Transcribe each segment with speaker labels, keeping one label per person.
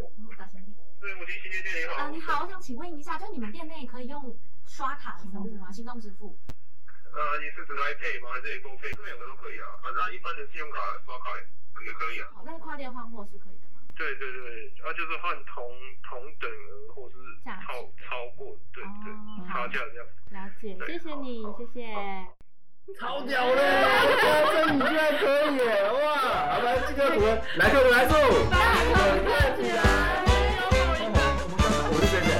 Speaker 1: 呃
Speaker 2: 啊
Speaker 1: 你好，我想请问一下，就你们店内可以用刷卡的服务吗？行动支付？
Speaker 3: 呃，你是指 Line Pay 吗？还是 Apple Pay？这两个都可以啊。啊，那一般的信用卡刷卡也可以啊。
Speaker 1: 好，但是跨店换货是可以的吗？
Speaker 3: 对对对，啊，就是换同同等额或是
Speaker 2: 价值
Speaker 3: 超超过，对对，
Speaker 2: 哦
Speaker 3: 差价这样。
Speaker 2: 了解，
Speaker 3: 对
Speaker 2: 谢谢你
Speaker 3: 好，好
Speaker 2: 谢谢。
Speaker 4: 超屌的，这你居然可以耶哇！好吧，这个我们来客人来数，我看起来，我是谁谁？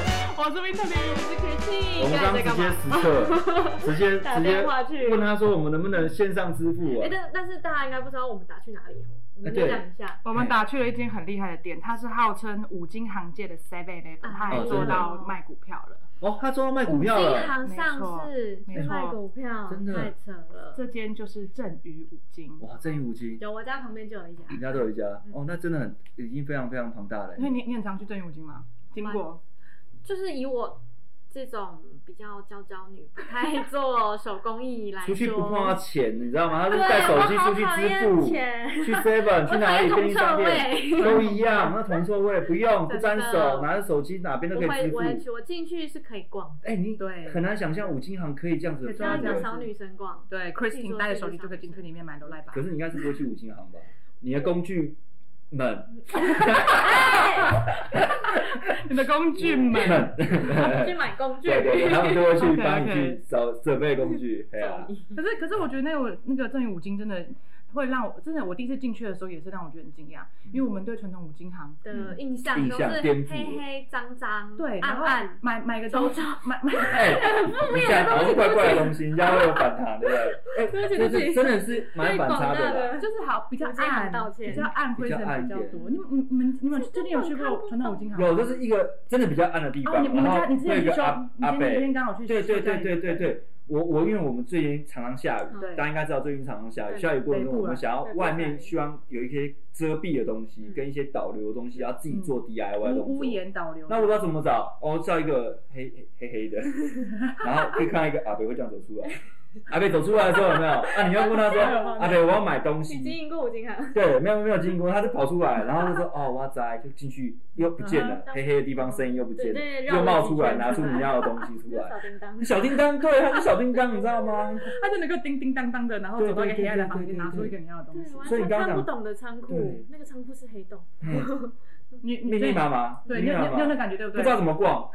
Speaker 5: 我是 Winterly，我是 Kitty。
Speaker 4: 我们刚
Speaker 5: 在
Speaker 4: 直
Speaker 5: 干
Speaker 4: 接
Speaker 5: 嘛？
Speaker 4: 实测，直接
Speaker 5: 打
Speaker 4: 直
Speaker 5: 电话去
Speaker 4: 接问他说我们能不能线上支付
Speaker 5: 哎、
Speaker 4: 啊？
Speaker 5: 但但是大家应该不知道我们打去哪里哦，我
Speaker 4: 哎
Speaker 5: 们
Speaker 4: 对
Speaker 5: 先讲一下。
Speaker 6: 我们打去了一间很厉害的店，它是号称五金行界的 Seven Eleven，
Speaker 5: 啊
Speaker 6: 它还做到卖股票了。
Speaker 4: 哦，他做到卖股票
Speaker 5: 银
Speaker 4: 了，
Speaker 5: 行上市
Speaker 6: 没错
Speaker 5: 卖股票，
Speaker 4: 真的
Speaker 5: 太扯了。
Speaker 6: 这间就是正宇五金，
Speaker 4: 哇，正义五金，
Speaker 5: 有我家旁边就有一家，
Speaker 4: 人家都有一家，哦，那真的很已经非常非常庞大了耶。
Speaker 6: 因为你你很常去正宇五金吗？经过
Speaker 5: 就是以我这种比较娇娇女，不太做手工艺来 说，
Speaker 4: 出去不花钱，你知道吗？他
Speaker 5: 对
Speaker 4: 是带手机
Speaker 5: 我好
Speaker 4: 出去
Speaker 5: 讨
Speaker 4: 支
Speaker 5: 厌
Speaker 4: 付，
Speaker 5: 钱
Speaker 4: 去 Seven 去哪里
Speaker 5: 我讨厌
Speaker 4: 便利商
Speaker 5: 铜
Speaker 4: 店
Speaker 5: 臭味
Speaker 4: 都一样。那铜臭味不用不沾
Speaker 5: 真的
Speaker 4: 手，拿着手机哪边都
Speaker 5: 我
Speaker 4: 可以
Speaker 5: 会
Speaker 4: 支付
Speaker 5: 我。会去，我进去是可以逛，
Speaker 4: 哎，你
Speaker 6: 对
Speaker 4: 很难想象五金行可以这样子的
Speaker 6: 可以这
Speaker 5: 让
Speaker 6: 样
Speaker 4: 氛
Speaker 5: 一个
Speaker 6: 子啊
Speaker 4: 围。
Speaker 5: 小女生逛。
Speaker 6: 对
Speaker 5: 据
Speaker 6: ，Christine
Speaker 5: 说
Speaker 6: 带着
Speaker 5: 是
Speaker 6: 手机
Speaker 5: 上
Speaker 6: 就可以进去里面买楼赖吧
Speaker 4: 可。是你应该是不会去五金行吧？你的工具们，
Speaker 6: 你的工具们，
Speaker 5: 去买工具，
Speaker 4: 对对对，他们都会去
Speaker 6: OK，OK
Speaker 4: 帮你去找准备工具。哎呀，
Speaker 6: 可是可是我觉得那个那个正宇五金真的会让我真的我第一次进去的时候也是让我觉得很惊讶，因为我们对传统五金行
Speaker 5: 的印象
Speaker 4: 印
Speaker 5: 都
Speaker 4: 象
Speaker 5: 是
Speaker 4: 颠覆
Speaker 5: 黑黑脏脏，
Speaker 6: 对，然
Speaker 5: 暗
Speaker 6: 后
Speaker 5: 暗。
Speaker 6: 买买个东西，买买
Speaker 4: 哎，你讲好像怪怪的东西，人家会有反弹，对 不对？哎，这是真的是蛮反
Speaker 5: 对广大
Speaker 4: 差的啦
Speaker 5: 的。
Speaker 6: 就是好比较
Speaker 5: 我今天很
Speaker 6: 暗，
Speaker 5: 道歉
Speaker 6: 比较暗灰尘比较多。你们你你们你们最近有去过传统五金行吗？
Speaker 4: 有，就是一个真的比较暗的地
Speaker 6: 哦，
Speaker 4: 方，
Speaker 6: 你你们家
Speaker 4: 然后
Speaker 6: 你之
Speaker 4: 会有
Speaker 6: 前
Speaker 4: 一
Speaker 6: 去
Speaker 4: 个
Speaker 6: 修
Speaker 4: 阿，
Speaker 6: 你
Speaker 4: 阿
Speaker 6: 前
Speaker 4: 伯
Speaker 6: 几，天刚好去
Speaker 4: 对对
Speaker 6: 修家
Speaker 4: 对
Speaker 6: 里
Speaker 4: 对对对，我我因为我们最近常常下雨，
Speaker 6: 对
Speaker 4: 大家应该知道最近常常下雨，
Speaker 5: 对
Speaker 4: 下雨过
Speaker 6: 北
Speaker 4: 程中
Speaker 6: 部啦
Speaker 4: 我们想要
Speaker 5: 北部
Speaker 4: 外
Speaker 5: 下雨
Speaker 4: 面希望有一些遮蔽的东西
Speaker 5: 嗯
Speaker 4: 跟一些导流的东西，要自己做 DIY 的
Speaker 6: 屋
Speaker 4: 动
Speaker 6: 屋
Speaker 4: 作。
Speaker 6: 檐导流。
Speaker 4: 那我不知道怎么找，哦，找一个黑黑黑黑 的，然后就看到一个阿北会这样走出来，阿北走出来的时候有没有？啊，你要问他说，阿北我要买东西，
Speaker 5: 你经营过五金行？
Speaker 4: 对，没有没有经过，他就跑出来，然后就说哦，哇塞，就进去又不见了
Speaker 5: 嗯，哼
Speaker 4: 黑黑的地方声音又不见
Speaker 5: 对对
Speaker 4: 了，
Speaker 5: 绕
Speaker 4: 又冒出来
Speaker 5: 了几圈
Speaker 4: 拿出你要的东西出
Speaker 5: 小
Speaker 4: 来。
Speaker 5: 叮当，
Speaker 4: 小叮当，对，他是小叮当，你知道吗？
Speaker 6: 他就能够叮叮当当的，然后走到一个黑暗的房间，拿出一个你要的东西
Speaker 5: 对，。完
Speaker 4: 所以你
Speaker 5: 全
Speaker 4: 刚刚
Speaker 5: 看不
Speaker 4: 讲
Speaker 5: 懂的仓库
Speaker 4: 对，
Speaker 5: 那个仓库是黑洞。
Speaker 6: 你你
Speaker 4: 密密麻麻，
Speaker 6: 对，
Speaker 4: 密
Speaker 6: 你
Speaker 4: 密
Speaker 6: 有你
Speaker 4: 麻
Speaker 6: 有你有那
Speaker 4: 麻，
Speaker 6: 感觉对不
Speaker 4: 不
Speaker 6: 对？
Speaker 4: 知道怎么逛，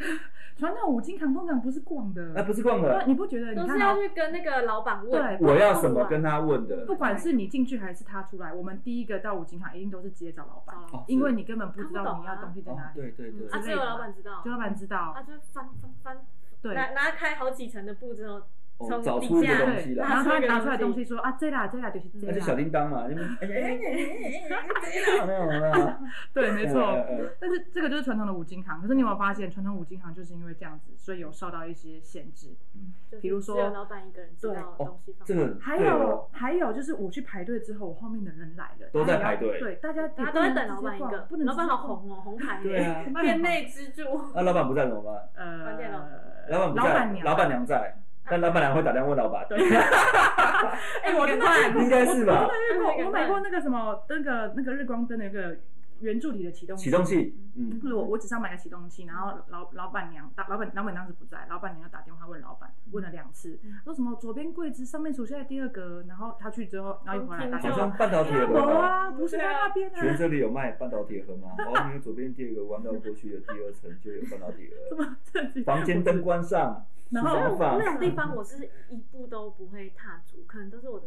Speaker 6: 传统五金行通常不是逛的，
Speaker 4: 哎，不是逛
Speaker 6: 那
Speaker 4: 的，
Speaker 6: 你不觉得？你
Speaker 5: 都
Speaker 6: 看
Speaker 5: 是
Speaker 6: 到
Speaker 5: 要去跟那个老板
Speaker 6: 对
Speaker 5: 问，
Speaker 4: 我要什么跟他问的
Speaker 6: 不。管是你进去还是他出来，我们第一个到五金行一定都是直接找老板，
Speaker 5: 哦
Speaker 4: 哦
Speaker 6: 因为你根本不知啊
Speaker 5: 他
Speaker 6: 道
Speaker 5: 不懂
Speaker 6: 你
Speaker 5: 啊
Speaker 6: 要东西在
Speaker 4: 哦
Speaker 6: 哪，里，
Speaker 4: 对对对，
Speaker 5: 啊，只有老板知道
Speaker 6: 就，老板知道
Speaker 5: 他。就翻翻翻，
Speaker 6: 对，
Speaker 5: 拿拿开好几层的布之后，
Speaker 4: 哦
Speaker 5: 从，
Speaker 4: 找
Speaker 5: 底
Speaker 4: 出一个
Speaker 5: 下
Speaker 4: 东西
Speaker 6: 对，
Speaker 4: 来，
Speaker 6: 然后他拿出来
Speaker 5: 拿出一个东
Speaker 6: 东
Speaker 5: 西
Speaker 6: 西说啊，这啦这啦就是这
Speaker 4: 那
Speaker 6: 啦
Speaker 4: 就。小叮当嘛，就哎哎哎哎哎哎哎，没有没有没有，
Speaker 6: 对，没错。
Speaker 4: 哎哎哎
Speaker 6: 但是这个就是传统的五金行，可是你有没有发现，传统五金行就是因为这样子，所以有受到一些限制。
Speaker 5: 就是
Speaker 6: 比如说
Speaker 5: 只有老板一个人知道
Speaker 4: 对
Speaker 5: 东西放
Speaker 4: 这个
Speaker 6: 还
Speaker 4: 对
Speaker 6: 有、
Speaker 4: 哦
Speaker 6: 还有就是我去排队之后，我后面的人来了，
Speaker 4: 都在
Speaker 6: 大家也要
Speaker 4: 排队
Speaker 6: 对，大家也不
Speaker 5: 大家
Speaker 6: 能
Speaker 5: 都在等老板一
Speaker 6: 直接
Speaker 5: 个
Speaker 6: 逛不，能
Speaker 5: 老板
Speaker 6: 直接
Speaker 5: 好
Speaker 6: 逛。
Speaker 5: 红哦，红牌耶，
Speaker 4: 对啊
Speaker 5: 店内支柱，
Speaker 4: 那老板不在怎么办？
Speaker 5: 关键了
Speaker 6: 呃，
Speaker 4: 老板不在，
Speaker 6: 老板娘，
Speaker 4: 老板娘在，但老板娘会打电话问老板，
Speaker 6: 哎、我真的
Speaker 4: 应该是吧？
Speaker 6: 遇过，我买过那个什么那个那个日光灯的一个圆柱体的启动
Speaker 4: 启动器，嗯，
Speaker 6: 就是我我只是要买个启动器，然后老老板娘打老板老板当时不在，老板娘又打电话问老板，问了两次，说什么左边柜子上面数下来第二格，然后他去之后，然后又回来打
Speaker 4: 好
Speaker 6: 电
Speaker 4: 像
Speaker 6: 话，
Speaker 4: 半导体盒
Speaker 6: 没有
Speaker 4: 吧？
Speaker 6: 啊，不是在那边
Speaker 4: 学生
Speaker 6: 啊，
Speaker 4: 这里有卖半导体盒吗？哦，你左边第二个弯道过去的第二层就有半导体
Speaker 6: 怎
Speaker 4: 盒，
Speaker 6: 么这己
Speaker 4: 房间灯关上，
Speaker 6: 然
Speaker 4: 厨
Speaker 6: 后
Speaker 4: 房放
Speaker 5: 那种地方我是一步都不会踏足，可能都是我的，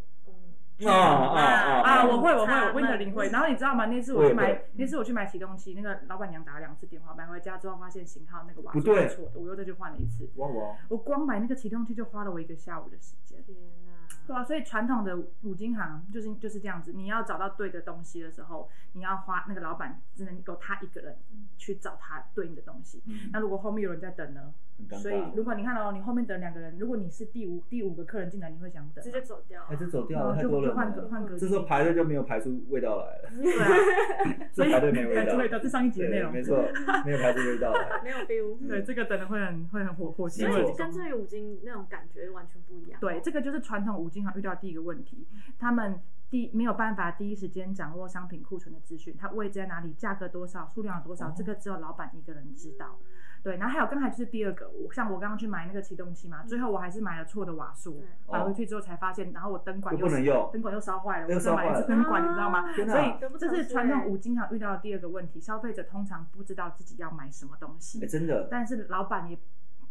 Speaker 5: 嗯，
Speaker 4: 啊啊
Speaker 6: 啊，
Speaker 4: 啊嗯
Speaker 6: 我会，我会，我
Speaker 5: 插
Speaker 6: 问的
Speaker 5: 门
Speaker 6: 灵会。然后你知道吗？那次
Speaker 4: 我
Speaker 6: 我
Speaker 4: 也
Speaker 6: 去买
Speaker 4: 会，
Speaker 6: 那次我去买启动器，那个老板娘打了两次电话，买回家之后发现型号那个瓦
Speaker 4: 不
Speaker 6: 数是
Speaker 4: 对
Speaker 6: 错的，我又再去换了一次。
Speaker 4: 哇哇，
Speaker 6: 我光买那个启动器就花了我一个下午的时间。
Speaker 5: 天
Speaker 6: 对
Speaker 5: 哪，
Speaker 6: 啊，所以传统的五金行就是就是这样子，你要找到对的东西的时候，你要花那个老板只能够他一个人去找他对应的东西。
Speaker 4: 嗯
Speaker 6: 那如果后面有人在等呢？
Speaker 4: 很尴
Speaker 6: 所以如
Speaker 4: 尬，
Speaker 6: 果你看哦，你后面等两个人，如果你是第五第五个客人进来，你会想等
Speaker 5: 直
Speaker 6: 吗，
Speaker 5: 接走掉啊
Speaker 4: 哎，，这走掉
Speaker 6: 然后
Speaker 4: 了，太
Speaker 6: 就
Speaker 4: 多
Speaker 6: 就换
Speaker 4: 了
Speaker 6: 隔。换隔壁。
Speaker 4: 这时候排队就没有排出味道来了，
Speaker 6: 对啊，
Speaker 4: 这排队 没有味道，
Speaker 6: 对，这上一集的内
Speaker 4: 对，
Speaker 6: 容
Speaker 4: 没。错，没有排出味道来。
Speaker 5: 没有 feel。
Speaker 6: 对，这个等的会很会很火火气
Speaker 4: 没
Speaker 5: 所
Speaker 4: 错
Speaker 5: 以跟这五金那种感觉完全不一样。嗯
Speaker 6: 对，这个就是传统五金行遇到第一个问题，他们第没有办法第一时间掌握商品库存的资讯，它位置在哪里，价格多少，数量有多少，这个
Speaker 5: 哦
Speaker 6: 只有老板一个人知
Speaker 5: 嗯
Speaker 6: 道。对，然后还有刚才就是第二个，我像我刚刚去买那个启动器嘛，最后我还是买了错的瓦数，
Speaker 5: 嗯对
Speaker 6: 买回去之后才发现，然后我灯管
Speaker 4: 我
Speaker 6: 又
Speaker 4: 哦不能用
Speaker 6: 灯管又烧坏了，
Speaker 4: 又
Speaker 6: 我
Speaker 4: 烧
Speaker 6: 再
Speaker 4: 坏
Speaker 6: 买一
Speaker 4: 了啊
Speaker 6: 次灯管，你知道吗？
Speaker 4: 天哪
Speaker 6: 所
Speaker 5: 得不
Speaker 6: 以这
Speaker 5: 偿
Speaker 6: 是
Speaker 5: 失
Speaker 6: 传统
Speaker 5: 欸
Speaker 6: 五经常遇到的第二个问题，消费者通常不知道自己要买什么东西
Speaker 4: 哎，，真的，
Speaker 6: 但是老板也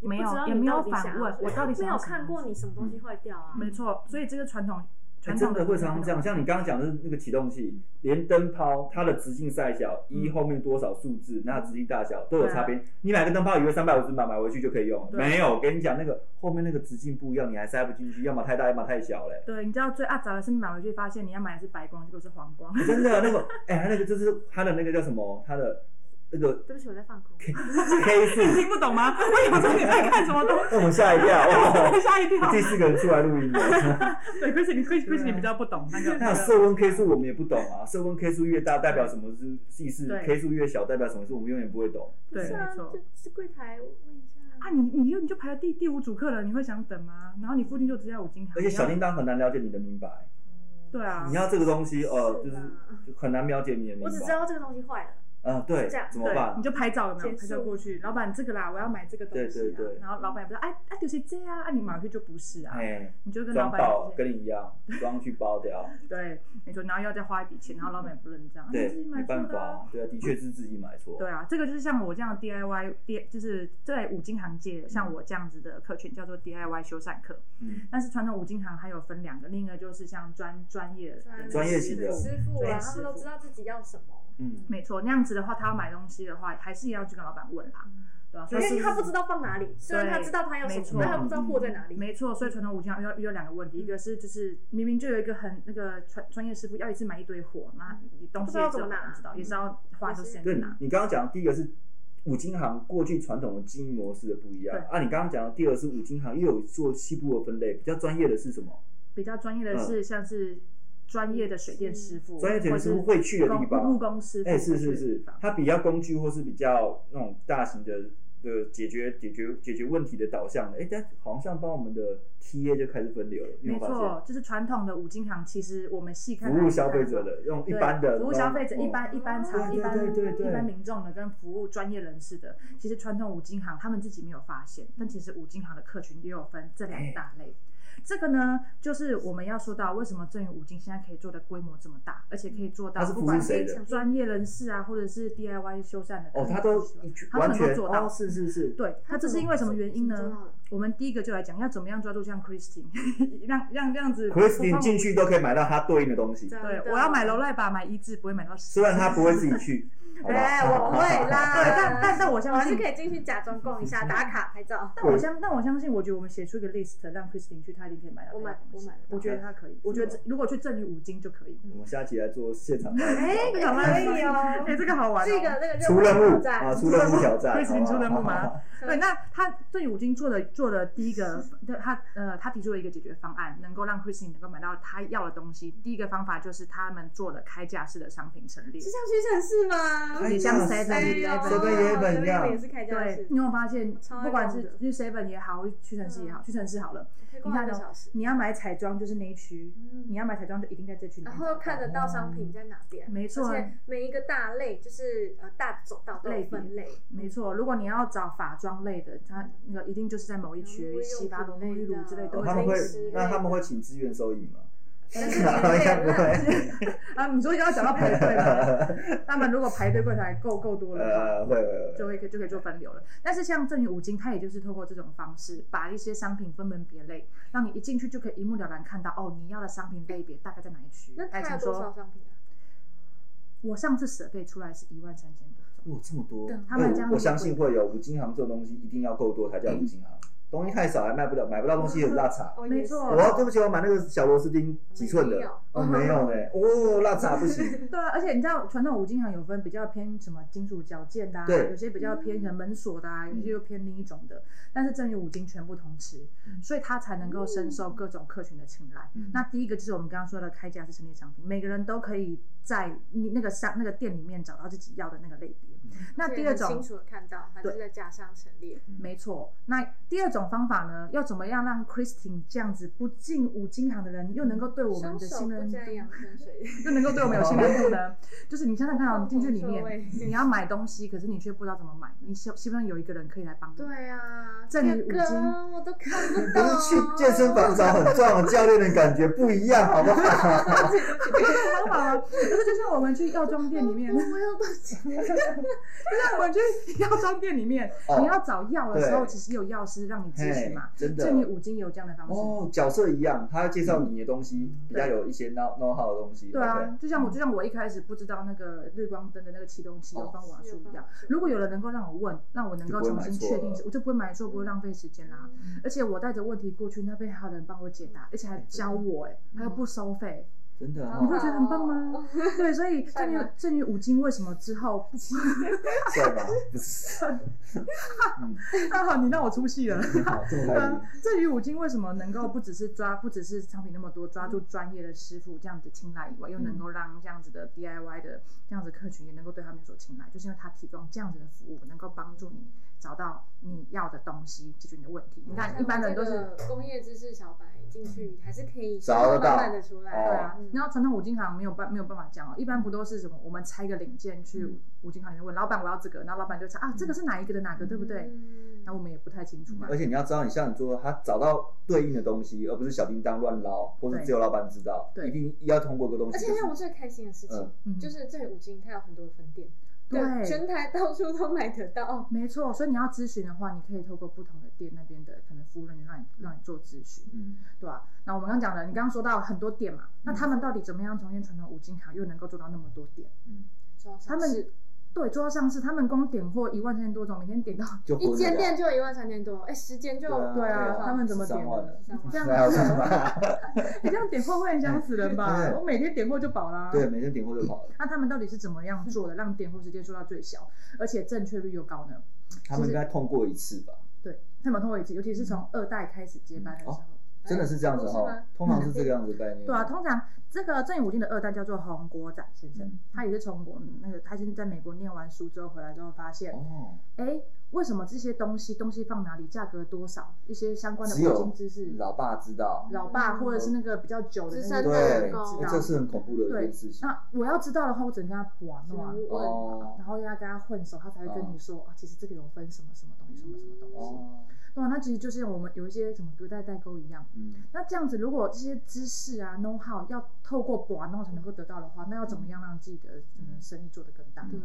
Speaker 6: 没
Speaker 5: 不知道
Speaker 6: 有
Speaker 5: 你
Speaker 6: 也没有
Speaker 5: 到底想
Speaker 6: 反
Speaker 5: 要
Speaker 6: 问我到底
Speaker 5: 没
Speaker 6: 想
Speaker 5: 有
Speaker 6: 要什么
Speaker 5: 看过
Speaker 6: 东
Speaker 5: 你
Speaker 6: 西
Speaker 5: 什么东西坏掉啊？
Speaker 6: 没错，所以这个传统
Speaker 4: 哎
Speaker 6: 传
Speaker 4: 真
Speaker 6: 统
Speaker 4: 的会常常这样。
Speaker 6: 东西
Speaker 4: 像你刚刚讲的那个启动器，连灯泡它的直径大小，
Speaker 6: 嗯
Speaker 4: 一后面多少数字，那直径大小都有差别。你买个灯泡以为三百五十码买回去就可以用，
Speaker 6: 对
Speaker 4: 没有，我跟你讲那个后面那个直径不一样，你还塞不进去，要么太大，要么太小嘞。
Speaker 6: 对，你知道最阿杂的是你买回去发现你要买的是白光，结果是黄光。
Speaker 4: 真的那个，哎、他那个就是他的那个叫什么，他的那个
Speaker 5: 对不起，我在放空。
Speaker 4: K 数，
Speaker 6: 听不懂吗？ 我想说你在看什么东西，
Speaker 4: 让我吓一跳，哇！
Speaker 6: 吓一跳。
Speaker 4: 第四个人出来录音了。
Speaker 6: 对，亏是你亏亏是你比较不 懂那个。
Speaker 4: 那色温 K 数我们也不懂啊，色温 K 数越大代表什么是意思
Speaker 6: 对
Speaker 4: ，K 数越小代表什么是我们永远不会懂。
Speaker 6: 对，
Speaker 5: 是啊
Speaker 6: 没，错
Speaker 5: 就。是柜台问一下
Speaker 6: 啊，你你就你就排到第第五组客人，你会想等吗？然后你附近就只有五金行，
Speaker 4: 而且小
Speaker 6: 你
Speaker 4: 叮当很难了解你的明白，
Speaker 6: 要对啊
Speaker 4: 你，要这个东西，呃，
Speaker 5: 嗯是
Speaker 4: 就是
Speaker 5: 的
Speaker 4: 就很难了解你的明
Speaker 5: 我只知
Speaker 4: 白。
Speaker 5: 道这个东西坏了，
Speaker 4: 啊，对
Speaker 5: 是这样，
Speaker 4: 怎么
Speaker 6: 对，
Speaker 4: 办
Speaker 6: 你？就拍照有没有？
Speaker 5: 结束
Speaker 6: 拍照过去，老板这个啦，我要买这个东西啊。
Speaker 4: 对对对
Speaker 6: 然后老板也不知道，哎啊就是这样啊，你买回去就不是啊，
Speaker 4: 哎，
Speaker 6: 你就跟老
Speaker 4: 装
Speaker 6: 板啊
Speaker 4: 爆，
Speaker 6: 直接
Speaker 4: 跟你一样，装去包掉。
Speaker 6: 对，没错，然后又要再花一笔钱，然后老板也不认账，啊你
Speaker 4: 对，
Speaker 6: 自己
Speaker 4: 没
Speaker 6: 买错
Speaker 4: 办
Speaker 6: 的啊。
Speaker 4: 法，对啊，的确是自己买错。
Speaker 6: 对啊，这个就是像我这样 DIY，就是在五金行界，像我这样子的客群叫做 DIY 修缮课。
Speaker 4: 嗯，
Speaker 6: 但是传统五金行还有分两个，另一个就是像专专业的
Speaker 4: 专业型的
Speaker 2: 师傅
Speaker 6: 专业
Speaker 2: 啊，
Speaker 6: 师
Speaker 2: 他
Speaker 6: 傅
Speaker 2: 们都知道自己要什么，
Speaker 4: 嗯，
Speaker 6: 没错，那样子的话，他要买东西的话，还是要去跟老板问啦，
Speaker 4: 嗯
Speaker 6: 对啊，
Speaker 2: 因
Speaker 6: 所
Speaker 2: 为
Speaker 6: 以
Speaker 2: 他不知道放哪里，虽然他知道他要什
Speaker 6: 没
Speaker 2: 么
Speaker 6: 错，
Speaker 2: 但他不知道货在哪里。嗯
Speaker 6: 没错，所以传统五金行遇到遇到两个问题，一个是就是明明就有一个很那个专专业师傅要一次买一堆货，那
Speaker 2: 嗯
Speaker 6: 你东西也只有老板知道，也是要花很多时间去
Speaker 4: 对
Speaker 6: 拿。
Speaker 4: 啊你刚刚讲的第一个是五金行过去传统的经营模式的不一样
Speaker 6: 对
Speaker 4: 啊，你刚刚讲的第二是五金行又有做细部的分类，比较专业的是什么？
Speaker 6: 比较专业的是像是专业的水电师傅，
Speaker 4: 嗯专业水电师傅
Speaker 6: 或是
Speaker 4: 会去的地方
Speaker 6: 工木工师傅
Speaker 4: 哎、
Speaker 6: 会去
Speaker 4: 是
Speaker 6: 的地方，
Speaker 4: 是是，它比较工具或是比较那种大型的的解决解决解决问题的导向的，哎、但好像帮我们的 TA 就开始分流了，你
Speaker 6: 没
Speaker 4: 有有发
Speaker 6: 错，就是传统的五金行，其实我们细
Speaker 4: 现
Speaker 6: 看
Speaker 4: 服
Speaker 6: 来
Speaker 4: 务
Speaker 6: 是
Speaker 4: 消费
Speaker 6: 看
Speaker 4: 者
Speaker 6: 好
Speaker 4: 的用一
Speaker 6: 对
Speaker 4: 般的
Speaker 6: 服务消费者
Speaker 4: 嗯
Speaker 6: 一般一般厂、
Speaker 4: 对
Speaker 6: 一般
Speaker 4: 对对对
Speaker 6: 一般
Speaker 4: 对
Speaker 6: 民众的跟服务专业人士的，其实传统五金行他们自己没有发现，但其实五金行的客群也有分这两大
Speaker 4: 哎
Speaker 6: 类。这个呢，就是我们要说到为什么正宇五金现在可以做的规模这么大，而且可以做到
Speaker 4: 它是服
Speaker 6: 不
Speaker 4: 务
Speaker 6: 管
Speaker 4: 谁
Speaker 6: 是
Speaker 4: 的
Speaker 6: 专业人士啊，或者是 DIY 修缮的客
Speaker 4: 哦，
Speaker 6: 人
Speaker 4: 他都
Speaker 6: 他们
Speaker 4: 完
Speaker 6: 能够
Speaker 4: 全
Speaker 6: 做到。
Speaker 4: 哦，是是是，
Speaker 6: 对，那这是因为什么啊原因呢？我们第一个就来讲，要怎么样抓住像 Christine，让 让这样子
Speaker 4: Christine 进去都可以买到他对应的东西，
Speaker 6: 对，我要买
Speaker 5: 啊
Speaker 6: 楼赖吧，买一字不会买到十。
Speaker 4: 虽然他不会自己去，好吧？
Speaker 2: 哎，我 会啦，
Speaker 6: 对，但但但我
Speaker 2: 我
Speaker 6: 相
Speaker 2: 还是
Speaker 6: 信，
Speaker 2: 可以进去假装逛一下，打卡拍照。
Speaker 6: 但我相但我相信，我觉得我们写出一个 list 让 Christine 去，她一定可以买到
Speaker 5: 我买
Speaker 6: 这个东西
Speaker 5: 我买得到
Speaker 6: 我觉得她可以，我觉得这如果去赠予五金就可以。
Speaker 4: 我们下集来做现场拍
Speaker 2: 哎，可以哦，
Speaker 6: 哎，这个好玩哦。
Speaker 2: 这个那个
Speaker 4: 出任务啊，出任务挑 战，
Speaker 6: 会请
Speaker 4: 好
Speaker 6: 出
Speaker 4: 不好
Speaker 6: 任务 吗？
Speaker 2: 对
Speaker 6: 对，那他对五金做的做的第一个，他呃，他提出了一个解决方案，能够让 Christine 能够买到他要的东西。第一个方法就是他们做了开架式的商品陈列
Speaker 2: 是。像屈臣氏吗？
Speaker 4: 哎
Speaker 6: 也像 Seven
Speaker 2: 这
Speaker 6: Eleven
Speaker 2: 边也是开价
Speaker 6: 对，你有没有发现，
Speaker 2: 超爱
Speaker 6: 不管是
Speaker 2: 逛的嗯
Speaker 6: 去 Seven 也好，屈臣氏也好，屈臣氏好了，你看
Speaker 2: 一个
Speaker 6: 哦
Speaker 2: 小时，嗯
Speaker 6: 你要买彩妆就是那一区，你要买彩妆就一定在这区里面
Speaker 2: 然
Speaker 6: 找到，
Speaker 2: 后又看得到商品在哪边，
Speaker 6: 没错
Speaker 2: 而且每一个大类就是呃大走道都有分类，
Speaker 6: 没错，如果你要找法妆类的，它那个一定就是在某一
Speaker 2: 沐浴
Speaker 6: 区，
Speaker 2: 用
Speaker 6: 洗发露、沐
Speaker 2: 品类
Speaker 6: 浴露之类
Speaker 2: 的
Speaker 6: 都
Speaker 4: 哦
Speaker 6: 会
Speaker 4: 他
Speaker 6: 在
Speaker 4: 们会
Speaker 6: 一
Speaker 2: 零食
Speaker 6: 起。
Speaker 4: 那他们会请资源收银 吗？
Speaker 2: 但是
Speaker 4: 好像不会，
Speaker 6: 啊，你说要讲到排队 吗？他们如果排队柜台够够多了
Speaker 4: 呃，会
Speaker 6: 的话，
Speaker 4: 会
Speaker 6: 就
Speaker 4: 会，
Speaker 6: 会就可以做分流了。但是像正宇五金，它也就是透过这种方式，把一些商品分门别类，让你一进去就可以一目了然看到哦，你要的商品类别大概在哪一区。
Speaker 2: 那它
Speaker 6: 哎，请
Speaker 2: 有多少
Speaker 6: 说，
Speaker 2: 商品啊？
Speaker 6: 我上次设备出来是一万三千多种。
Speaker 4: 哇，这么多
Speaker 6: 对他们这样
Speaker 4: 哎
Speaker 6: 子
Speaker 4: 我我相信会有五金行这种东西一定要够多才叫五金
Speaker 6: 嗯
Speaker 4: 行， 东西太少还卖不了，买不到东西很辣茶。
Speaker 2: 哦
Speaker 6: 哎没错
Speaker 2: 也是
Speaker 4: 我要对不起，我买那个小螺丝钉几寸
Speaker 2: 没
Speaker 4: 的
Speaker 2: 有，
Speaker 4: 哦，没有哎，哦，辣茶不 行，
Speaker 6: 对啊，而且你知道传统五金行有分比较偏什么金属绞件的、啊，
Speaker 4: 对
Speaker 6: 有些比较偏可能门锁的、啊，有些又偏另一种的。但是正宇五金全部通吃，
Speaker 4: 嗯
Speaker 6: 所以它才能够深受各种客群的青睐。
Speaker 4: 嗯
Speaker 6: 那第一个就是我们刚刚说的开价式陈列商品，每个人都可以在你那个商那个店里面找到自己要
Speaker 4: 嗯
Speaker 6: 的那个类别。那第二
Speaker 2: 所以
Speaker 6: 种
Speaker 2: 很清楚的看到，它就是在架上陈列。
Speaker 6: 没错，那第二种方法呢，要怎么样让 Christine 这样子不进五金行的人，又能够对我们
Speaker 2: 双
Speaker 6: 的
Speaker 2: 手
Speaker 6: 信
Speaker 2: 不
Speaker 6: 任度
Speaker 2: 沾阳春水，
Speaker 6: 就能够对我们有信任度呢？就是你想想看哦，你进去里
Speaker 2: 放空
Speaker 6: 面，你要买东西，可是你却不知道怎么买，你希希望有一个人可以来帮你。
Speaker 2: 对啊，
Speaker 6: 这
Speaker 2: 这
Speaker 6: 里五
Speaker 2: 个
Speaker 6: 金
Speaker 2: 我都看不
Speaker 4: 不
Speaker 2: 懂。
Speaker 4: 是
Speaker 6: 哦
Speaker 4: 去健 身房找很壮的教练的感觉不一样，好不好？
Speaker 6: 方法
Speaker 4: 啊
Speaker 6: 吗？可是就像我们去药妆店里 面，就
Speaker 2: 我有东西，
Speaker 6: 像我们去药妆店里面，
Speaker 4: 哦
Speaker 6: 你要找药的时候，
Speaker 4: 对
Speaker 6: 其实有药师让你咨询
Speaker 4: 嘿
Speaker 6: 嘛。，
Speaker 4: 真的
Speaker 6: 这。里五金有这样的方式。嗯
Speaker 4: 哦，角色一样，他介绍你的东西，比较有一些 know know how 的东西。
Speaker 6: 对啊，就
Speaker 4: 嗯
Speaker 6: 像我，就像我一开始不知道那个日光灯的那个启动器有分瓦数一样
Speaker 2: 哦，
Speaker 6: 如果有人能够让我问，让我能够重新确定
Speaker 4: 就不会买错了，嗯
Speaker 6: 我就不会买错，不会浪费时间啦。而且我带着问题过去，那边还有人帮我解答，而且还教我，哎，还有不收费，
Speaker 4: OK 真的
Speaker 6: 你
Speaker 4: 哦
Speaker 6: 不，觉得很棒吗？对，所以正于
Speaker 2: 帅吗
Speaker 6: 正于五金为什么之后不
Speaker 4: 帅吧？不是，
Speaker 6: 刚好你让我出戏了。
Speaker 4: 好，这么
Speaker 6: 对啊
Speaker 4: 开心，
Speaker 6: 至于五金为什么能够不只是抓，不只是商品那么多，抓住专业的师傅这样子青睐以外，又能够让这样子的 DIY 的这样子客群也能够对他们有所青睐，就是因为他提供这样子的服务，能够帮助你找到你要的东西，解决你的问题。你
Speaker 7: 嗯
Speaker 6: 看一般人都是
Speaker 7: 工业知识小白进去，还是可以
Speaker 4: 找得到
Speaker 7: 慢慢的出来。
Speaker 4: 哦
Speaker 6: 对啊，
Speaker 7: 嗯
Speaker 6: 然后传统五金行没有办没有办法讲哦，一般不都是什么我们拆一个零件去
Speaker 7: 嗯
Speaker 6: 五金行里面问老板我要这个，然后老板就猜啊这个是哪一个的哪个对不对？
Speaker 7: 嗯
Speaker 6: 那我们也不太清楚嘛
Speaker 4: 而。且你要知道，你像你说，他找到对应的东西，而不是小叮当乱捞，或是
Speaker 6: 对
Speaker 4: 只有老板知道，
Speaker 6: 对
Speaker 4: 一定要通过一个东西。
Speaker 7: 而且
Speaker 4: 就是
Speaker 7: 让我最开心的事情，
Speaker 6: 嗯
Speaker 7: 就是这里五金它有很多分店，
Speaker 6: 对
Speaker 7: 全台到处都买得到。
Speaker 6: 没错，所以你要咨询的话，你可以透过不同的店那边的可能服务人员让你让你做咨询，
Speaker 4: 嗯，
Speaker 6: 对啊。那我们刚刚讲了，你刚刚说到很多店嘛，那他们到底怎么样重现传统五金行又能够做到那么多点？
Speaker 4: 嗯
Speaker 7: 主要是
Speaker 6: 他们对做到上市，他们光点货一万三千多种，每天点 到
Speaker 4: 就
Speaker 7: 一间店
Speaker 4: 就
Speaker 7: 就一万三千多，哎，十间就
Speaker 6: 对啊
Speaker 7: 多少
Speaker 6: 他们怎么点
Speaker 4: 三
Speaker 6: 的
Speaker 4: 万了？
Speaker 7: 三万
Speaker 6: 这样
Speaker 4: 那还有什么？
Speaker 6: 你这样点货会很想死人吧
Speaker 4: 对？
Speaker 6: 我每天点货就饱啦。
Speaker 4: 哎对，。每天点货就跑了。
Speaker 6: 那他们到底是怎么样做的，让点货时间做到最小，而且正确率又高呢？
Speaker 4: 他们应该痛过一次吧？
Speaker 6: 对，他们通过一次，尤其是从二代开始接班的时
Speaker 4: 哦
Speaker 6: 候。
Speaker 4: 真的是这样子
Speaker 7: 是
Speaker 4: 哦
Speaker 7: 吗，
Speaker 4: 通常是这个样子的概念。
Speaker 6: 哎对啊，通常这个郑武进的二代叫做洪国展先生，
Speaker 4: 嗯
Speaker 6: 他也是从国那个，他先在美国念完书之后回来之后发现，
Speaker 4: 哦，
Speaker 6: 哎、为什么这些东西东西放哪里，价格多少，一些相关的
Speaker 4: 只
Speaker 6: 黄金知
Speaker 4: 有
Speaker 6: 识，
Speaker 4: 老爸知道，
Speaker 6: 老爸或者是那个比较久的
Speaker 7: 资
Speaker 6: 那
Speaker 7: 深
Speaker 6: 个
Speaker 7: 的
Speaker 6: 人
Speaker 4: 对，
Speaker 7: 人
Speaker 6: 知
Speaker 4: 哎
Speaker 6: 道
Speaker 4: 这。是很恐怖的一件事情。
Speaker 6: 那我要知道的话，我只能跟他玩
Speaker 7: 只
Speaker 6: 玩
Speaker 7: 能，问
Speaker 4: 哦
Speaker 6: 然后要跟他混熟，他才会跟你说、啊，其实这个有分什么什么东西，什么什么东西。
Speaker 4: 哦，
Speaker 6: 对啊，那其实就像我们有一些什么隔代代沟一样，
Speaker 4: 嗯，
Speaker 6: 那这样子，如果这些知识啊、know how 要透过博啊然后才能够得到的话，那要怎么样让自己的嗯生意做得更大？
Speaker 4: 嗯
Speaker 7: 对，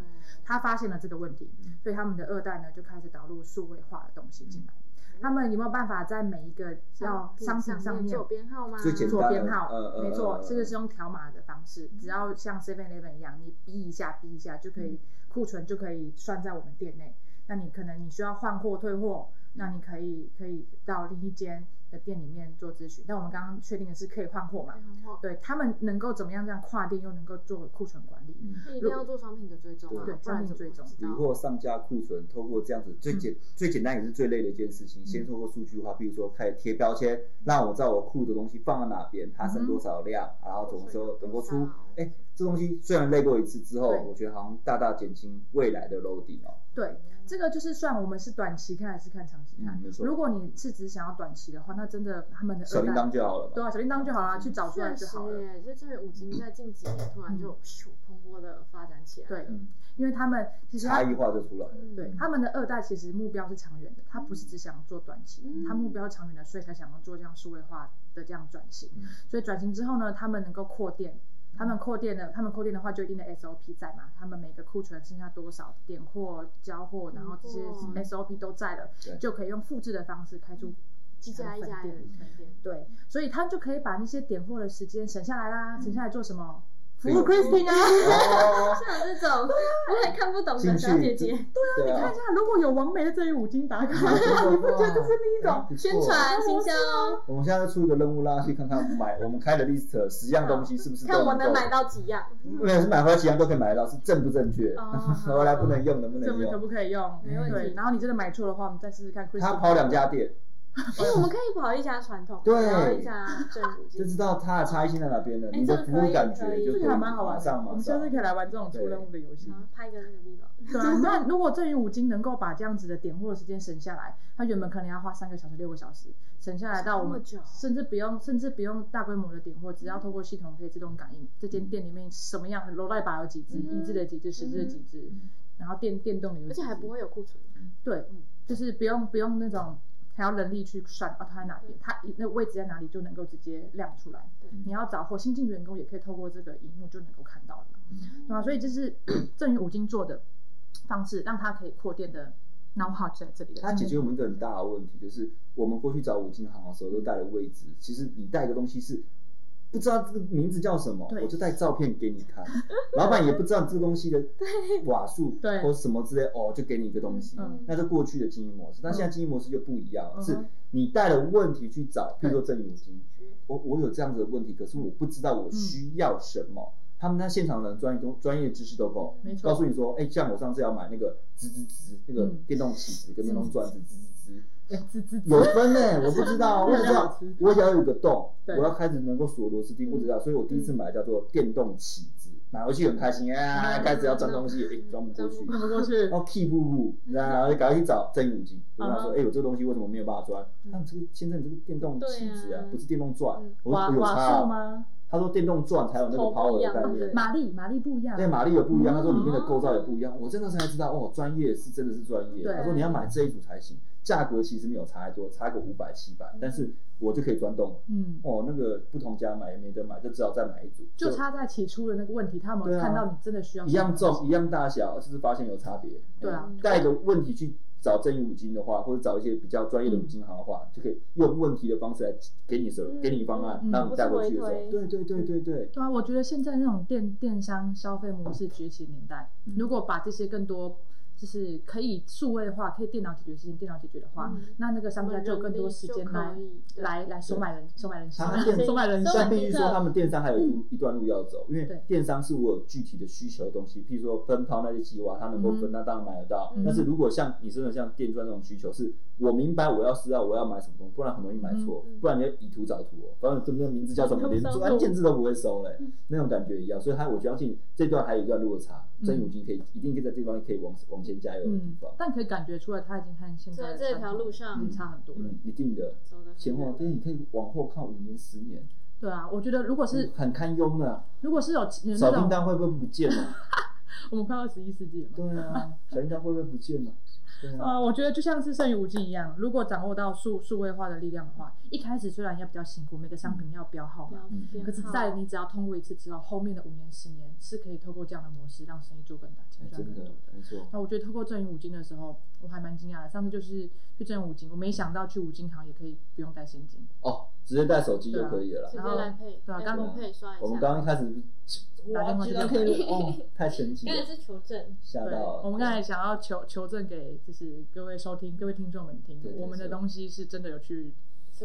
Speaker 6: 他发现了这个问题
Speaker 4: 嗯，
Speaker 6: 所以他们的二代呢就开始导入数位化的东西进来。他们有没有办法在每一个要嗯商品上面
Speaker 5: 做编号吗？
Speaker 4: 最简单
Speaker 6: 做编号
Speaker 4: 呃呃，呃
Speaker 6: 没
Speaker 4: 呃
Speaker 6: 错，
Speaker 4: 呃
Speaker 6: 这个是用条码的方式，
Speaker 4: 嗯
Speaker 6: 只要像 Seven Eleven 一样，你逼一下逼一下就可以，库存就可以算在我们店内。那你可能你需要换货退货，
Speaker 4: 嗯
Speaker 6: 那你可以可以到另一间的店里面做咨询。但我们刚刚确定的是可以换货嘛？对他们能够怎么样这样跨店又能够做库存管理？
Speaker 4: 嗯
Speaker 7: 一定要做商品的追踪啊，
Speaker 6: 对
Speaker 7: 不然
Speaker 6: 商品
Speaker 7: 怎么
Speaker 6: 追踪
Speaker 7: 知
Speaker 4: 疑
Speaker 7: 道
Speaker 4: 惑上架库存，透过这样子最简、最简单也是最累的一件事情，先透过数据化，比如说开始贴标签，让我知道我库的东西放在哪边，它剩多少量，然后什么时候能够出。哎、这东西虽然累过一次之后，
Speaker 6: 对
Speaker 4: 我觉得好像大大减轻未来的 loading 哦。
Speaker 6: 对，这个就是算我们是短期看还是看长期看。
Speaker 4: 嗯没错
Speaker 6: 如果你是只想要短期的话，那真的他们的
Speaker 4: 小
Speaker 6: 二
Speaker 4: 叮
Speaker 6: 代
Speaker 4: 当就好了嘛。
Speaker 6: 对啊，小叮当就好啦，去找出来
Speaker 7: 确
Speaker 6: 就
Speaker 7: 实
Speaker 6: 好了。嗯
Speaker 7: 耶，就这五金在近几年突然就咻蓬勃的发展起来。嗯
Speaker 6: 对
Speaker 4: 嗯，
Speaker 6: 因为他们其实他
Speaker 4: 差异化就出来了。
Speaker 6: 对，他们的二代其实目标是长远的，他不是只想做短期，
Speaker 4: 嗯
Speaker 6: 他目标长远的，所以才想要做这样数位化的这样转型。
Speaker 4: 嗯
Speaker 6: 所以转型之后呢，他们能够扩店，他们扩店的，他们扩店的话就一定的 SOP 在嘛，他们每个库存剩下多少点货、交货，然后这些
Speaker 7: 嗯
Speaker 6: SOP 都在了
Speaker 4: 对，嗯
Speaker 6: 就可以用复制的方式开出
Speaker 7: 一家一
Speaker 6: 分
Speaker 7: 家的
Speaker 6: 店。
Speaker 7: 分店，
Speaker 6: 对，所以他就可以把那些点货的时间省下来啦，
Speaker 4: 嗯
Speaker 6: 省下来做什么？服务
Speaker 4: 对
Speaker 6: Christine 啊。
Speaker 4: 哦
Speaker 7: 像这种我也看不懂
Speaker 4: 进
Speaker 7: 的
Speaker 4: 去
Speaker 7: 小姐姐，
Speaker 4: 对
Speaker 6: 看
Speaker 4: 啊
Speaker 6: 一，下，如果有王梅在这里五金打卡，
Speaker 4: 你哎不
Speaker 6: 觉得这是另一种
Speaker 7: 宣传行销，
Speaker 4: 我们现在出一个任务，让他去看看买 我们开的 list 十样东西是不是都
Speaker 7: 看我
Speaker 4: 能
Speaker 7: 能
Speaker 4: 够
Speaker 7: 买到几样。
Speaker 4: 没有是买回来几样都可以买得到，是正不正确？
Speaker 6: 哦
Speaker 4: 回来不能用，能不
Speaker 6: 这我
Speaker 4: 能
Speaker 6: 们可
Speaker 4: 用？
Speaker 6: 不可以用？
Speaker 7: 嗯没问题
Speaker 6: 对，然后你真的买错的话，我们再试试看 Chris。
Speaker 4: 他跑两家店，
Speaker 7: 哎，我们可以跑一家传统，
Speaker 4: 对
Speaker 7: 然后一家正骨
Speaker 4: 就
Speaker 7: 精
Speaker 4: 知道它的差异性在哪边了，
Speaker 7: 哎
Speaker 4: 你的
Speaker 7: 这
Speaker 4: 服
Speaker 7: 个可以
Speaker 4: 务感觉
Speaker 7: 可以
Speaker 4: 就
Speaker 6: 这
Speaker 4: 可以
Speaker 6: 个还蛮好
Speaker 4: 马
Speaker 6: 玩的，
Speaker 4: 上
Speaker 6: 我
Speaker 4: 马
Speaker 6: 们下
Speaker 4: 上
Speaker 6: 次。可以来玩这种出
Speaker 4: 对
Speaker 6: 任务的游戏
Speaker 7: 然。后拍一个那个 vlog，
Speaker 6: 对啊，那如果正于五金能够把这样子的点或者时间省下来，他原本可能要花三个小时、六个小时，省下来到我们
Speaker 7: 这么久嗯
Speaker 6: 甚至不用甚至不用大规模的点货，只要透过系统可以自动感应这间店里面什么样的罗赖把有几只，
Speaker 7: 嗯哼嗯
Speaker 6: 一只的几只，十只的几只，然后电电动的有
Speaker 7: 而
Speaker 6: 几只，
Speaker 7: 且还不会有库存，
Speaker 6: 对
Speaker 7: 嗯，
Speaker 6: 就是不用不用那种还要人力去算哦，它在哪边，它那位置在哪里就能够直接亮出来。
Speaker 7: 对
Speaker 6: 你要找或新进员工也可以透过这个荧幕就能够看到了嘛，对啊，所以这是 正于五金做的方式，让它可以扩店的 know how 就在这里了。
Speaker 4: 它解决我们一个很大的问题，就是我们过去找五金行的时候都带了位置，其实你带一个东西是不知道这个名字叫什么，
Speaker 6: 对
Speaker 4: 我就带照片给你 看，老板也不知道这个东西的瓦数
Speaker 6: 对
Speaker 4: 或什么之类，哦，就给你一个东西
Speaker 6: 嗯，
Speaker 4: 那是过去的经营模式。但现在经营模式就不一样了，
Speaker 6: 嗯
Speaker 4: 是你带了问题去找，譬如说正五金，我我有这样子的问题，可是我不知道
Speaker 6: 嗯
Speaker 4: 我需要什么。他们那现场的人专业都专业知识都够，
Speaker 6: 没错
Speaker 4: 告诉你说，哎、像我上次要买那个吱吱吱那个
Speaker 6: 嗯
Speaker 4: 电动起子跟电动转子吱吱吱，
Speaker 6: 哎滋滋滋
Speaker 4: 有分呢、我不知道，我只知 道
Speaker 6: 好吃
Speaker 4: 我只要有个洞，
Speaker 6: 对嗯
Speaker 4: 我要开始能够锁螺丝钉，我知道，所以我第一次买叫做电动起子，买回去很开心啊，
Speaker 6: 嗯
Speaker 4: 开始要钻东西，哎、钻不过去，
Speaker 6: 弄不过去
Speaker 4: 然，后 keep 不住，然后就赶快去找正五金，我跟他说，
Speaker 6: 嗯
Speaker 4: 哎、我这个东西为什么没有办法钻？那、这个先生你这个电动起子
Speaker 7: 对
Speaker 4: 啊
Speaker 7: 啊，
Speaker 4: 不是电动转
Speaker 7: 嗯，
Speaker 4: 我
Speaker 6: 瓦
Speaker 4: 说有差
Speaker 6: 瓦数
Speaker 4: 哦、
Speaker 6: 吗？
Speaker 4: 他说电动转才有那个
Speaker 7: 头不
Speaker 4: power
Speaker 7: 一样
Speaker 4: 的概念。
Speaker 6: 马力马力不一样，
Speaker 4: 对，马力有不一样，他说里面的
Speaker 6: 嗯
Speaker 4: 构造也不一样，我真的才知道哦，专业是真的是专业。
Speaker 6: 对
Speaker 4: 他说你要买这一组才行，价格其实没有差太多，差个五百七百，但是我就可以钻洞了。
Speaker 6: 嗯，
Speaker 4: 哦，那个不同家买也没得买，就只好再买一组，
Speaker 6: 就差在起初的那个问题，他有没
Speaker 4: 对
Speaker 6: 有
Speaker 4: 啊
Speaker 6: 看到你真的需要
Speaker 4: 一
Speaker 6: 什么
Speaker 4: 样
Speaker 6: 东西
Speaker 4: 重一样大小，就是发现有差别。
Speaker 6: 对啊
Speaker 4: 嗯，带着问题去找正义五金的话，或者找一些比较专业的五金行的话，就可以用问题的方式来给你手，给你方案
Speaker 6: 嗯，
Speaker 4: 让你带回去的时
Speaker 7: 不
Speaker 4: 候，
Speaker 7: 是
Speaker 4: 对对对对对。
Speaker 6: 对啊，我觉得现在那种电电商消费模式崛起的年代，
Speaker 7: 嗯
Speaker 6: 如果把这些更多就是可以数位化、可以电脑解决事情、电脑解决的话，
Speaker 7: 嗯
Speaker 6: 那那个商家就有更多时间来
Speaker 7: 人力就可以
Speaker 6: 来来收买人、收买人心、
Speaker 4: 他们电
Speaker 6: 收买人
Speaker 7: 收
Speaker 4: 但
Speaker 7: 买
Speaker 6: 心。
Speaker 4: 必须说，他们电商还有一一段路要走，因为
Speaker 6: 嗯对
Speaker 4: 电商是我有具体的需求的东西，譬如说分抛那些鸡娃，它能够
Speaker 6: 嗯哼
Speaker 4: 分，那当然买得到
Speaker 6: 嗯。
Speaker 4: 但是如果像你真的像电钻这种需求，是我明白我要知道我要买什么东西，不然很容易买错
Speaker 7: 嗯嗯，
Speaker 4: 不然你要以图找图哦，不然真正名字叫什么，连
Speaker 6: 嗯
Speaker 4: 关键字都不会搜嘞，那种感觉一样。所以，他我相信这段还有一段落差，
Speaker 6: 嗯
Speaker 4: 真有金可以一定可以在这方面可以往往前加油的地
Speaker 6: 嗯
Speaker 4: 方，，
Speaker 6: 但可以感觉出来，他已经和现在
Speaker 7: 在
Speaker 6: 的
Speaker 7: 这条路
Speaker 6: 传
Speaker 7: 上
Speaker 6: 统已经差很多了
Speaker 4: 嗯。，一定的。
Speaker 7: 走的
Speaker 4: 前后，但是你可以往后看五年、十年，
Speaker 6: 对啊，我觉得如果是
Speaker 4: 很堪忧啊呢。
Speaker 6: 如果是有有
Speaker 4: 少
Speaker 6: 那
Speaker 4: 订
Speaker 6: 种，
Speaker 4: 单会不会不见了？
Speaker 6: 我们快二十一世纪了嘛。
Speaker 4: 对啊，小铃铛会不会不见了？对啊，
Speaker 6: 呃，我觉得就像是剩余无尽一样，如果掌握到数数位化的力量的话，一开始虽然要比较辛苦，每个商
Speaker 7: 嗯
Speaker 6: 品要标号嘛，
Speaker 7: 标
Speaker 6: 可是，在你只要通过一次之后，后面的五年、十年是可以透过这样的模式让生意做更大，钱
Speaker 4: 哎
Speaker 6: 赚
Speaker 4: 真
Speaker 6: 更多
Speaker 4: 的
Speaker 6: 的。
Speaker 4: 没错。
Speaker 6: 那我觉得透过正营五金的时候，我还蛮惊讶的。上次就是去正营五金，我没想到去五金行也可以不用带现金。
Speaker 4: 哦，直接带手机
Speaker 6: 啊
Speaker 4: 就可以了啦哦
Speaker 7: 直。接来配，
Speaker 6: 对啊刚
Speaker 7: 刚配刷一下，
Speaker 4: 我们刚刚一开始
Speaker 6: 打电话
Speaker 4: 哇，居然
Speaker 6: 去
Speaker 4: 可
Speaker 6: 就
Speaker 4: 以哦，太神奇
Speaker 8: 刚才
Speaker 4: 了，
Speaker 8: 是求证，
Speaker 4: 吓
Speaker 6: 对
Speaker 4: 到了。，
Speaker 6: 我们刚才想要求求证给就是各位收听、各位听众们听
Speaker 4: 对，对
Speaker 6: 我们的
Speaker 4: 是
Speaker 6: 东西是真的有去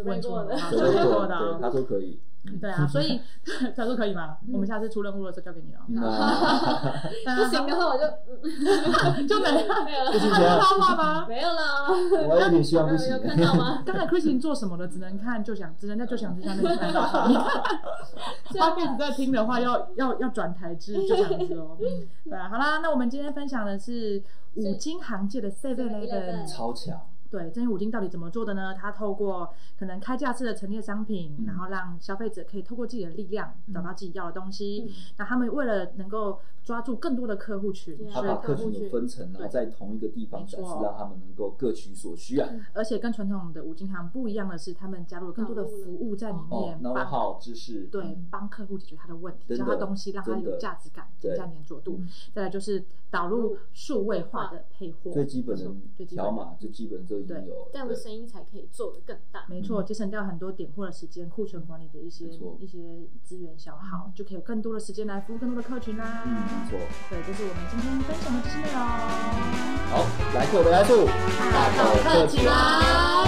Speaker 6: 问出
Speaker 7: 过的
Speaker 6: 门啊
Speaker 4: 对
Speaker 6: 准
Speaker 4: 对
Speaker 6: 备
Speaker 4: 对
Speaker 6: 过的
Speaker 4: 对，
Speaker 6: 啊
Speaker 4: 他。说可以。嗯
Speaker 6: 对啊，所以 他说可以吗？我们下次出任务的时候交给你了。
Speaker 4: 嗯 那
Speaker 8: 不行的话我就嗯
Speaker 6: 就没了，
Speaker 8: 没有
Speaker 4: 不
Speaker 8: 了，
Speaker 4: 行啊，
Speaker 6: 画画吗？
Speaker 8: 没有了，
Speaker 4: 我有点希望不
Speaker 8: 有
Speaker 4: 行
Speaker 8: 有。看到吗？
Speaker 6: 刚才 Christine 做什么了？只能看就想，只能在就想之下面看到他。你看， 他开始在听的话，要要要转台至就想之 哦。对啊，好啦，那我们今天分享的是五金行界的 Seven Eleven。
Speaker 4: 超强，
Speaker 6: 对，这些五金到底怎么做的呢？它透过可能开架式的陈列商品，
Speaker 4: 嗯
Speaker 6: 然后让消费者可以透过自己的力量
Speaker 4: 嗯
Speaker 6: 找到自己要的东西。那他们为了能够抓住更多的客户群，
Speaker 7: 对啊
Speaker 4: 他
Speaker 6: 所以
Speaker 4: 把客群有分层，然后
Speaker 6: 对
Speaker 4: 在同一个地方
Speaker 6: 没
Speaker 4: 展示，
Speaker 6: 错嗯
Speaker 4: 让他们能够各取所需啊。
Speaker 6: 而且跟传统的五金行不一样的是，他们加入了更多的服务在里
Speaker 4: 哦
Speaker 6: 面，，
Speaker 4: 那我
Speaker 6: 帮
Speaker 4: 好知识，
Speaker 6: 对
Speaker 4: 嗯
Speaker 6: 帮客户解决他的问题，
Speaker 4: 真
Speaker 6: 教
Speaker 4: 的
Speaker 6: 他东西，让他
Speaker 4: 真的
Speaker 6: 有价值感，
Speaker 4: 对
Speaker 6: 增加粘着度
Speaker 4: 嗯。
Speaker 6: 再来就是导入数位化的配货，
Speaker 4: 最基本的
Speaker 6: 最基本的
Speaker 4: 条码，最基本都已经
Speaker 6: 对
Speaker 4: 有了。
Speaker 7: 这样的
Speaker 4: 对
Speaker 7: 声音才可以做的更大。
Speaker 6: 没错，节省掉很多点货的时间、库存管理的一些
Speaker 4: 嗯没错
Speaker 6: 一些资源消耗，就可以有更多的时间来服务更多的客群啦。
Speaker 4: 嗯，没错。
Speaker 6: 对，这是我们今天分享的这些内容。
Speaker 4: 好，来客回来数，大口客起来。哦